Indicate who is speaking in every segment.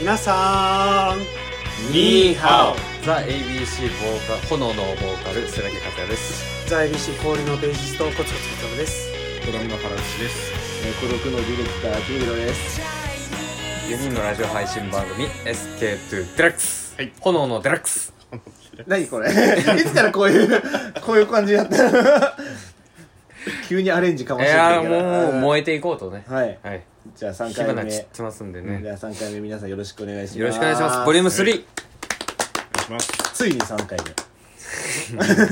Speaker 1: 皆さん
Speaker 2: ニーハ
Speaker 3: オザ ABC ボーカル炎のボーカル瀬崎克也です
Speaker 1: ザイビシ氷のベージストコツコツコツです
Speaker 2: ドラムの原口です
Speaker 4: 孤独のディレクター金色です
Speaker 3: 4人のラジオ配信番組 SK2 デラックス、はい、炎のデラックス
Speaker 4: 何これ いつからこういう こういう感じだった急にアレンジか
Speaker 3: い
Speaker 4: まして
Speaker 3: やーもう
Speaker 4: う
Speaker 3: 燃えていこうとね
Speaker 4: はい
Speaker 3: はい
Speaker 4: じゃあ3
Speaker 3: 火
Speaker 4: 回
Speaker 3: 花
Speaker 4: 目
Speaker 3: 散ってますんでね、
Speaker 4: じゃあ3回目皆さんよろしくお願いします
Speaker 3: よろしくお願いしますボリューム3、
Speaker 2: お願いします
Speaker 4: ついに3回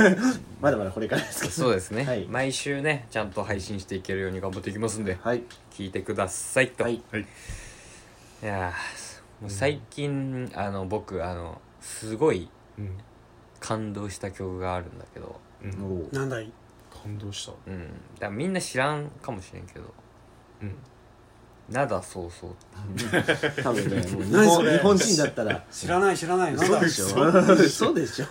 Speaker 4: 目 まだまだこれからですけど
Speaker 3: そうですね、
Speaker 4: はい
Speaker 3: 毎週ねちゃんと配信していけるように頑張っていきますんで
Speaker 4: はい
Speaker 3: 聞いてくださいと、、
Speaker 4: はいい
Speaker 2: はい
Speaker 3: やーもう最近、あの僕あのすごい
Speaker 2: うん
Speaker 3: 感動した曲があるんだけど
Speaker 2: う
Speaker 4: お
Speaker 2: ん
Speaker 4: う
Speaker 1: なんだい
Speaker 2: 感動した
Speaker 3: うんだからみんな知らんかもしれんけど
Speaker 2: うん
Speaker 3: 灘そうそう
Speaker 4: 多分ねもう日
Speaker 1: 何そ
Speaker 4: 本
Speaker 1: れ
Speaker 4: 日本人だったら
Speaker 1: 知らない知らないなんだ
Speaker 4: そうでしょそうでしょ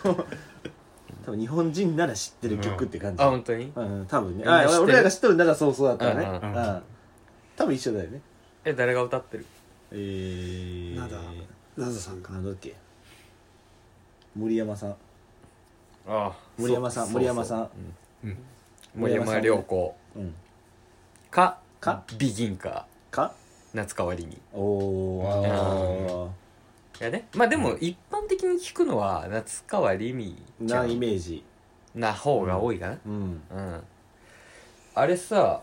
Speaker 4: 多分日本人なら知ってる曲って感じ
Speaker 3: あ本当に
Speaker 4: うん多分ね
Speaker 3: みんな知って
Speaker 4: あ
Speaker 3: る
Speaker 4: 俺らが知っとるならそうそうだったらね
Speaker 3: うん
Speaker 2: うん
Speaker 4: うん多分一緒だよね
Speaker 3: え誰が歌ってる
Speaker 4: えー
Speaker 1: なんだなぜさんか
Speaker 4: なんだっけ森山さん
Speaker 3: ああ
Speaker 4: 森山さん森山さん
Speaker 2: うん
Speaker 3: 森山良子
Speaker 4: うん
Speaker 3: か
Speaker 4: か
Speaker 3: ビギンか
Speaker 4: か
Speaker 3: 夏代わりに
Speaker 4: おお
Speaker 3: いやねまあでも一般的に聞くのは夏川りみちゃ
Speaker 4: なんイメージ
Speaker 3: な方が多いかな
Speaker 4: うん
Speaker 3: うん、あれさ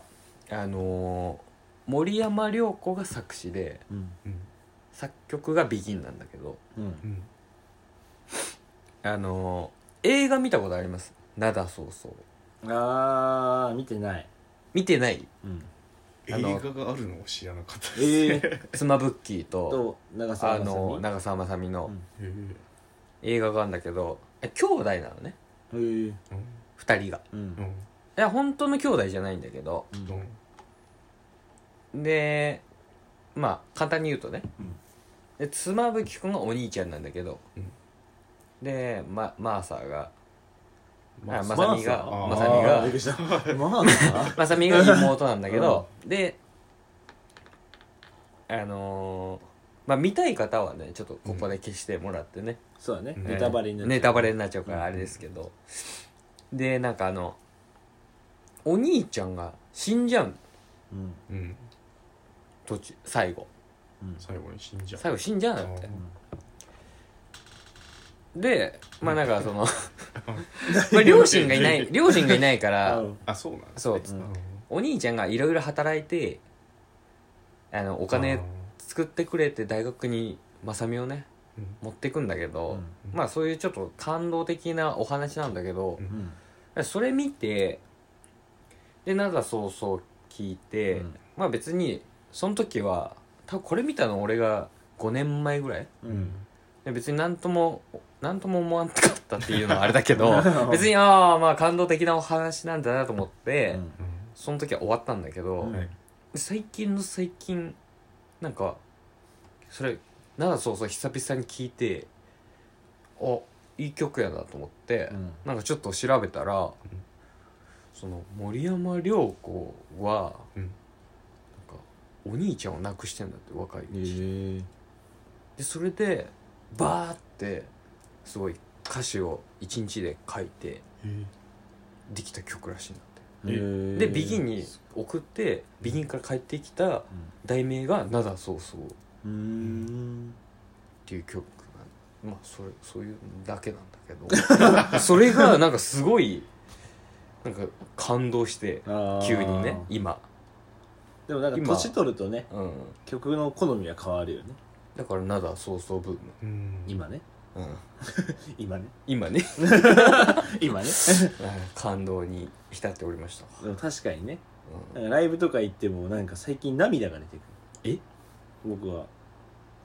Speaker 3: あのー森山良子が作詞で
Speaker 4: うん
Speaker 2: うん
Speaker 3: 作曲がビギンなんだけど
Speaker 4: うん
Speaker 2: うん
Speaker 3: あのー映画見たことあります灘そうそう
Speaker 4: あー見てない
Speaker 3: 見てない
Speaker 4: うん
Speaker 2: 映
Speaker 3: あの
Speaker 2: 画があるのを知らなかったです
Speaker 4: ええ
Speaker 3: 妻ブッキーと
Speaker 4: と長澤
Speaker 3: あ
Speaker 4: まさ
Speaker 3: の
Speaker 4: み
Speaker 3: 長澤まさみの
Speaker 4: うん
Speaker 2: へー
Speaker 3: 映画があるんだけどえ兄弟なのね
Speaker 4: えー
Speaker 2: う
Speaker 3: 2人が
Speaker 4: うん
Speaker 2: うんん
Speaker 3: いや本当の兄弟じゃないんだけど
Speaker 2: うん
Speaker 3: でまあ簡単に言うとね、
Speaker 4: うん
Speaker 3: で妻夫木君がお兄ちゃんなんだけど、
Speaker 2: うん
Speaker 3: で、ま、マーサーが
Speaker 2: マ
Speaker 3: あ
Speaker 2: ーサ
Speaker 3: ま
Speaker 2: ー
Speaker 3: さみが
Speaker 2: あー
Speaker 3: まさみ
Speaker 4: あ
Speaker 3: が
Speaker 4: ーびっくりしたまあ な
Speaker 3: まさみが妹なんだけど、であのーまあ見たい方はねちょっとここで消してもらってね、
Speaker 4: そうだね
Speaker 2: うん
Speaker 4: ネタバレになっちゃう
Speaker 3: ネタバレになっちゃうからあれですけど、でなんかあのお兄ちゃんが死んじゃうの
Speaker 4: うん
Speaker 2: うん
Speaker 3: 途中最後
Speaker 4: うん
Speaker 2: 最後に死んじゃう
Speaker 3: 最後死んじゃうんだってでまあなんかそ のまあ両親がいない両親がいないか
Speaker 4: あ
Speaker 3: ら
Speaker 4: うん
Speaker 2: あそうなんですね
Speaker 3: そう
Speaker 4: うん
Speaker 3: お兄ちゃんがいろいろ働いてあのお金作ってくれて大学にまさみをね
Speaker 2: うん
Speaker 3: 持ってくんだけど、
Speaker 2: うん
Speaker 3: まあそういうちょっと感動的なお話なんだけど、
Speaker 4: うん
Speaker 3: それ見てでなんかそうそう聞いて、
Speaker 4: うん
Speaker 3: まあ別にその時は多分これ見たの俺が5年前ぐらい
Speaker 4: うん
Speaker 3: で別になんともなんとも思わんかったっていうのはあれだけど 別にああまあ感動的なお話なんだなと思って、
Speaker 4: うん
Speaker 2: うん
Speaker 3: その時は終わったんだけど、
Speaker 4: うん
Speaker 2: はい
Speaker 3: 最近の最近なんかそれなんだそうそう久々に聞いてあいい曲やなと思って、
Speaker 4: うん
Speaker 3: なんかちょっと調べたら、その森山良子は
Speaker 2: うん
Speaker 3: なんかお兄ちゃんを亡くしてんだって若い
Speaker 4: へえ
Speaker 3: うち、でそれでバーってすごい歌詞を一日で書いて
Speaker 2: へー
Speaker 3: できた曲らしいんだって
Speaker 4: へえ
Speaker 3: でビギンに送ってビギンから帰ってきた題名が「なだそうそう」っ
Speaker 4: うーん
Speaker 3: ていう曲なんまあそれそういうだけなんだけど それがなんかすごいなんか感動して
Speaker 4: あー
Speaker 3: 急にね今
Speaker 4: でもなんか
Speaker 3: 今
Speaker 4: 年取るとね
Speaker 3: うん
Speaker 4: 曲の好みは変わるよね
Speaker 3: だから「なだそうそう」ブーム、
Speaker 2: うん
Speaker 4: 今ね
Speaker 3: うん、
Speaker 4: 今ね
Speaker 3: 今ね
Speaker 4: 今ね
Speaker 3: 感動に浸っておりました、
Speaker 4: でも確かにね
Speaker 3: うん
Speaker 4: なんかライブとか行ってもなんか最近涙が出てくる
Speaker 3: え
Speaker 4: 僕は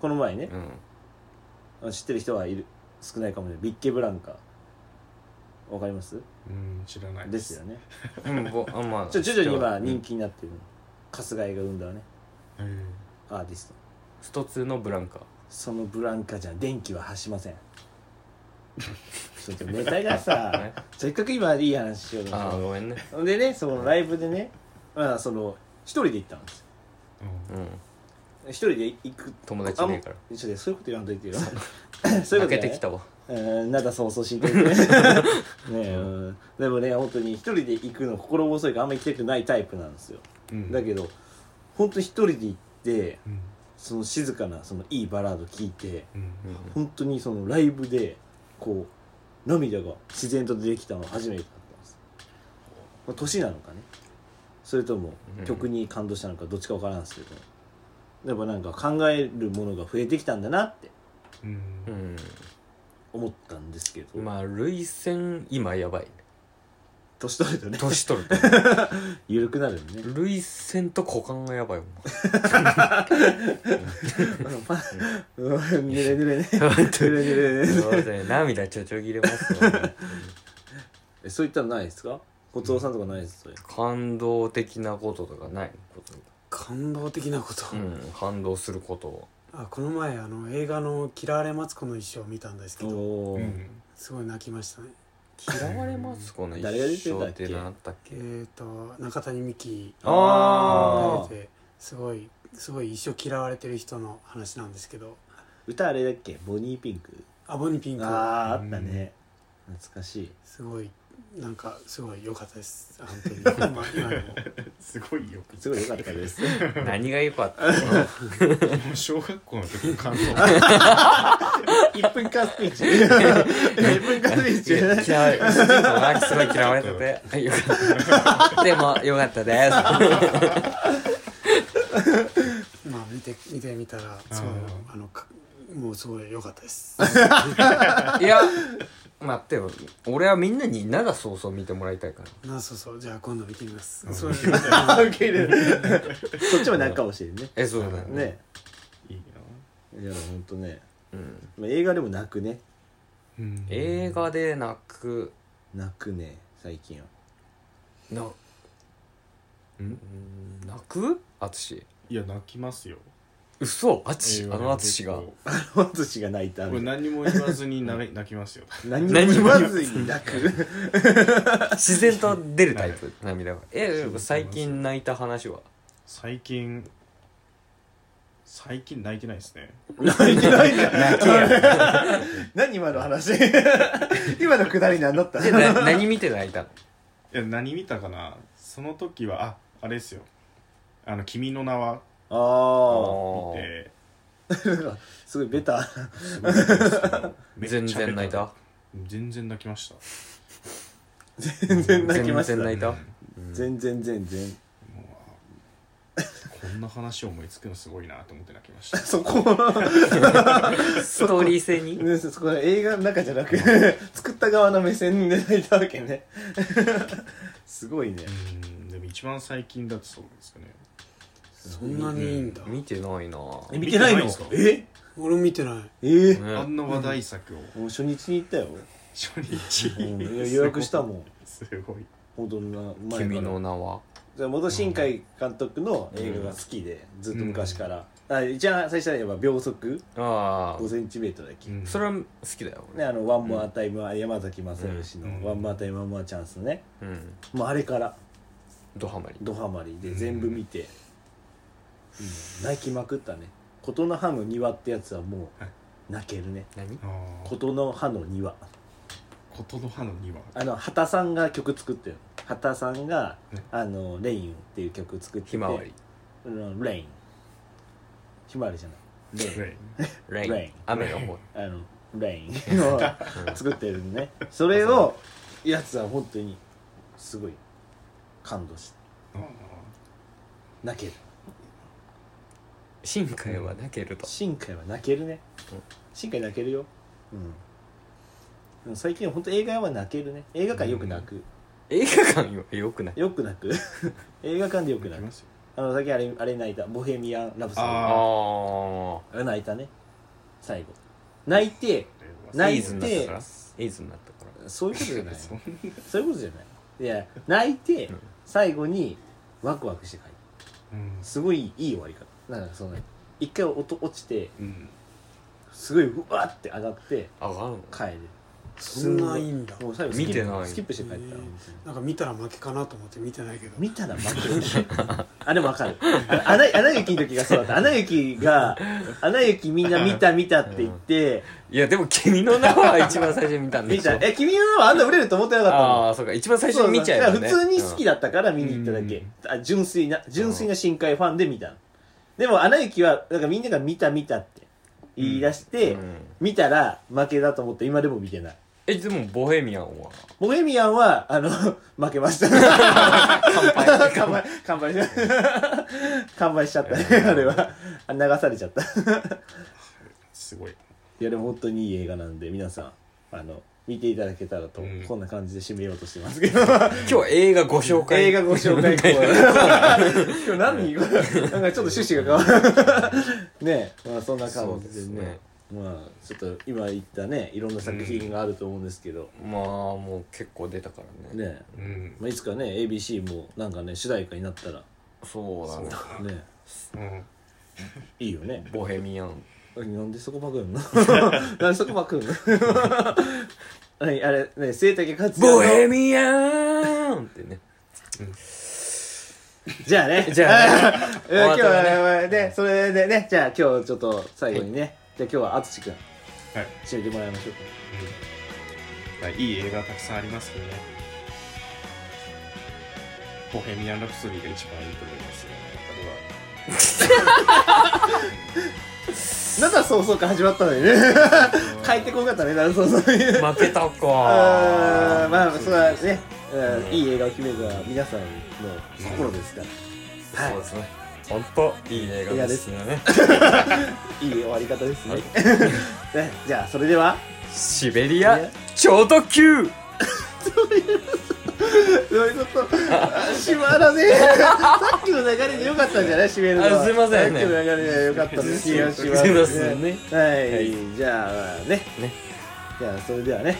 Speaker 4: この前ね
Speaker 3: うん、
Speaker 4: 知ってる人はいる少ないかもしれないビッケブランカわかります
Speaker 2: うん知らない
Speaker 4: ですよね
Speaker 3: うんぼあまあ
Speaker 4: ちょ徐々に今
Speaker 3: うん
Speaker 4: 人気になってる春日井が生んだね
Speaker 2: へー
Speaker 4: アーティスト
Speaker 3: スト2のブランカ
Speaker 4: そのブランカじゃ電気は発し ませんちょっとネタがさ
Speaker 3: ね
Speaker 4: せっかく今いい話しようと
Speaker 3: ああ
Speaker 4: 思っ
Speaker 3: ごめんね
Speaker 4: てでねそのライブでねまあその一人で行ったんです
Speaker 2: う
Speaker 3: う
Speaker 2: ん
Speaker 3: ん
Speaker 4: 一人で行く
Speaker 3: 友達いないから
Speaker 4: あもう一緒でそういうこと言わんといてよ そうい
Speaker 3: 開け
Speaker 4: うことじゃ
Speaker 3: て
Speaker 4: ない
Speaker 3: きたわ
Speaker 4: うんなんだそうそう心 配ねねえ、うん、でもね本当に一人で行くの心細いからあんまり行きたくないタイプなんですよ、
Speaker 2: うん
Speaker 4: だけど本当一人で行って
Speaker 2: うん
Speaker 4: その静かなそのいいバラード聴いて
Speaker 2: うん
Speaker 4: 本当にそのライブでこう涙が自然と出てきたのは初めてだったんです、まあ、年なのかねそれとも
Speaker 3: うん
Speaker 4: 曲に感動したのかどっちか分からんですけどやっぱなんか考えるものが増えてきたんだなって
Speaker 2: うん
Speaker 3: う
Speaker 2: う
Speaker 3: ん
Speaker 2: ん
Speaker 4: 思ったんですけど、
Speaker 3: まあ涙腺今やばい
Speaker 4: 年取るとね
Speaker 3: 年取ると
Speaker 4: 緩くなるよね
Speaker 3: 涙腺と股間がやばいもん
Speaker 4: うんぬれぬれね
Speaker 3: 本当
Speaker 4: ぬ
Speaker 3: に
Speaker 4: れぬれね
Speaker 3: そうですね涙ちょちょぎれますわ本当に
Speaker 4: えそういったのないですか小僧さんとかないですそれ
Speaker 3: 感動的なこととかないこと
Speaker 1: 感動的なこと、
Speaker 3: うん感動すること
Speaker 1: あこの前あの映画の「嫌われマツコの一生」を見たんですけど
Speaker 4: お
Speaker 2: う
Speaker 4: ー
Speaker 2: ん
Speaker 1: すごい泣きましたね
Speaker 3: 嫌われますこの一
Speaker 4: 誰が出てた
Speaker 3: 生
Speaker 4: っ
Speaker 3: っ
Speaker 4: け
Speaker 3: てなったっけ
Speaker 1: えっ、と中谷美紀
Speaker 3: あ
Speaker 1: が出てすごいすごい一生嫌われてる人の話なんですけど
Speaker 4: 歌あれだっけボニーピンク
Speaker 1: アボニピンク
Speaker 4: ああーあったね、懐かしい
Speaker 1: すごいなんかすごい良かったです本 当に、まあ、今でも
Speaker 2: すごいよく
Speaker 4: すごい良かった です
Speaker 3: 何が良かったの
Speaker 2: もう小学校の時の感動
Speaker 4: 1分間スピーチ1 分間スピーチ
Speaker 3: 嫌われ主人公がすごい嫌われててよかったでもよかったです
Speaker 1: まあ見て見てみたらすごいあのかもうすごい良かった です
Speaker 3: いや待ってよ俺はみんなに長そうそう見てもらいたいから
Speaker 1: なそうそうじゃあ今度見てみます、
Speaker 2: うん
Speaker 1: そういうあの
Speaker 4: 受け入れるそっちもなんかもしれんね
Speaker 3: えそうだね
Speaker 4: ね
Speaker 2: いいない
Speaker 4: やほんとね
Speaker 3: うん、
Speaker 4: まあ映画でも泣くね
Speaker 2: うん
Speaker 3: 映画で泣く
Speaker 4: 泣くね最近は
Speaker 3: なうん泣く淳
Speaker 2: いや泣きますよ
Speaker 3: 嘘淳あの淳が
Speaker 2: こ
Speaker 4: 私が泣いた
Speaker 2: れ何も言わずになれ泣きますよ
Speaker 4: 何も言わずに泣く
Speaker 3: 自然と出るタ イプ涙がえ最近泣いた話は
Speaker 2: 最近最近泣いてないですね
Speaker 4: 泣いてないじゃん
Speaker 3: 泣けや
Speaker 4: 何今の話今のくだり何だった
Speaker 3: でな何見て泣いたの
Speaker 2: いや何見たかなその時はああれですよあの「君の名は
Speaker 4: あ」
Speaker 2: 見て
Speaker 4: あ すごいベタ
Speaker 2: すごいですよめっちゃ
Speaker 3: 全然泣い
Speaker 2: ベ
Speaker 3: た
Speaker 2: タ全然泣きました
Speaker 4: 全然泣きました
Speaker 3: 全然泣いた
Speaker 4: 全然全然
Speaker 2: もうこんな話を思いつくのすごいなと思って泣きました
Speaker 4: そこは
Speaker 3: ストーリー性に
Speaker 4: ねそこは映画の中じゃなく作った側の目線で泣いたわけねすごいね
Speaker 2: うんでも一番最近だとそうですかね
Speaker 1: そんなにいいんだ、
Speaker 3: 見てないなぁ
Speaker 4: 見てないの
Speaker 2: 見てないん
Speaker 4: え
Speaker 1: 俺見てない
Speaker 4: えー
Speaker 2: あ
Speaker 3: ね
Speaker 2: んな話題作を
Speaker 4: もう初日に行ったよ、
Speaker 2: 初日
Speaker 4: うん、予約したもん
Speaker 2: すごい
Speaker 4: 本当の前から
Speaker 3: 君の名は
Speaker 4: で元新海監督の映画が好きで、ずっと昔から、あ一番最初はやっぱ秒速
Speaker 3: あ
Speaker 4: 5センチメートルだっけ、
Speaker 2: うん
Speaker 3: それは好きだよ俺
Speaker 4: ね、あの「ワンモアタイム」山崎まさよし
Speaker 2: うん
Speaker 4: の「ワンモアタイムワンモアチャンスね」
Speaker 3: うん
Speaker 4: もうあれから
Speaker 3: ドハマり
Speaker 4: ドハマりで全部見て、うん泣きまくったね「琴の葉の庭」ってやつはも
Speaker 2: はいう
Speaker 4: 泣けるね
Speaker 3: 何
Speaker 4: 「
Speaker 2: あー
Speaker 4: 琴の葉の庭」
Speaker 2: 琴の葉の庭
Speaker 4: あの畑さんが曲作ってる畑さんが
Speaker 2: ね
Speaker 4: 「あのレイン」っていう曲作ってて
Speaker 3: ひまわり
Speaker 4: うんレインひまわりじゃない レイン
Speaker 2: レ
Speaker 3: レイ
Speaker 2: イ
Speaker 3: ン
Speaker 4: レイン
Speaker 3: 雨の方
Speaker 4: あのレインを作ってるんでねそれをやつは本当にすごい感動して
Speaker 2: あー
Speaker 4: 泣ける
Speaker 3: 新海は泣けると
Speaker 4: 新海は泣けるね
Speaker 3: うん
Speaker 4: 新海泣けるようんでも最近は本当映画は泣けるね映画館よく泣く、
Speaker 3: 映画館はよくない
Speaker 4: よく泣く 映画館でよく泣
Speaker 2: 泣き
Speaker 4: く
Speaker 2: ますよ
Speaker 4: あの最近あれあれ泣いたボヘミアン・ラブソング
Speaker 2: あ
Speaker 4: あ
Speaker 3: あ
Speaker 4: れ泣いたね最後泣いて
Speaker 3: あ
Speaker 4: 泣
Speaker 3: エイ
Speaker 4: い
Speaker 3: ズになった
Speaker 4: て
Speaker 3: からエイズになったから
Speaker 4: そういうことじゃない
Speaker 2: そん
Speaker 4: そういうことじゃないいや泣いて
Speaker 3: うん
Speaker 4: 最後にワクワクして帰る
Speaker 2: うん
Speaker 4: すごいいい終わり方なんかその一回音落ちて
Speaker 2: うん
Speaker 4: すごいうわって上がって
Speaker 3: あがるの
Speaker 4: 帰る
Speaker 1: そんないいんだ
Speaker 4: もう最後スキップ
Speaker 3: 見てない
Speaker 4: スキップして帰った
Speaker 1: なんか見たら負けかなと思って見てないけど
Speaker 4: 見たら負けるあでもわかるあ穴穴雪の時がそうだった穴雪が穴雪みんな見た見たって言って、
Speaker 3: いやでも「君の名は」一番最初に見たんで
Speaker 4: 見
Speaker 3: しょ
Speaker 4: たえ君の名はあんな売れると思ってなかったもん
Speaker 3: ああそうか一番最初に見ちゃえば、
Speaker 4: そ
Speaker 3: ね、
Speaker 4: うだから普通に好き
Speaker 3: だ、
Speaker 4: だったから見に行っただけ、
Speaker 2: うん
Speaker 4: あ純粋な純粋な深海ファンで見たのでも「アナ雪」はなんかみんなが「見た見た」って言い出して、
Speaker 3: うん
Speaker 4: 見たら負けだと思って今でも見てない
Speaker 3: えでもボヘミ アンは
Speaker 4: ボヘミアンはあの 負けました
Speaker 3: 乾杯
Speaker 4: 完売完売しちゃった完売しちゃったねあれはあ流されちゃったい
Speaker 2: すごい
Speaker 4: やでも本当にいい映画なんで皆さんあの見ていただけたらと、
Speaker 2: うん
Speaker 4: こんな感じで締めようとしてますけど
Speaker 3: 今日映画ご紹介
Speaker 4: 映画ご紹介コーナー今日何これなんかちょっと趣旨が変わるねえまあそんな
Speaker 3: そう
Speaker 4: 感
Speaker 3: で
Speaker 4: じですね
Speaker 3: ね
Speaker 4: まあちょっと今言ったねいろんな作品があると思うんですけど、
Speaker 3: まあもう結構出たからね
Speaker 4: ねえ、
Speaker 2: うん
Speaker 4: まあ、いつかね ABC もなんかね主題歌になったら
Speaker 3: そうだね
Speaker 4: ね
Speaker 2: うん
Speaker 4: いいよね
Speaker 3: ボヘミアン
Speaker 4: なんでそこパクんの なんでそこパクんの 何あれね清武克
Speaker 3: ボヘ
Speaker 4: 也の
Speaker 3: ミアンってね
Speaker 4: じゃあね
Speaker 3: じゃあ、
Speaker 4: えー今日
Speaker 3: 終わった
Speaker 4: はね、でそれでねじゃあ今日ちょっと最後にね、じゃあ今日は淳君
Speaker 2: はい
Speaker 4: 締めてもらいましょうか
Speaker 2: まあいい映画たくさんありますけどねボヘミアン・ラプソディが一番いいと思いますね
Speaker 4: なんだそうそうか始まったのにね帰ってこんかったねなんだそうそうに
Speaker 3: 負けた
Speaker 4: あー
Speaker 3: か
Speaker 4: まあそれはね、うん
Speaker 3: うん
Speaker 4: いい映画を決めるのは皆さんの心ですから、
Speaker 3: そうですね本当いい映画ですね
Speaker 4: いい終わり方ですね、
Speaker 3: はい
Speaker 4: ねじゃあそれでは
Speaker 3: シベリア超特急
Speaker 4: そういうことあ閉まらねえさっきの流れでよかったんじゃない締めるのは
Speaker 3: あすいません
Speaker 4: さ
Speaker 3: ね
Speaker 4: っきの流れでよかったんですよ
Speaker 3: すいませんね
Speaker 4: はい、
Speaker 3: はい
Speaker 4: じゃあね
Speaker 3: ね
Speaker 4: じゃあそれではね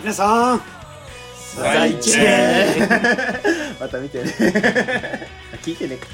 Speaker 1: 皆さん
Speaker 2: これは
Speaker 3: 再見
Speaker 4: また見てね聞いてねか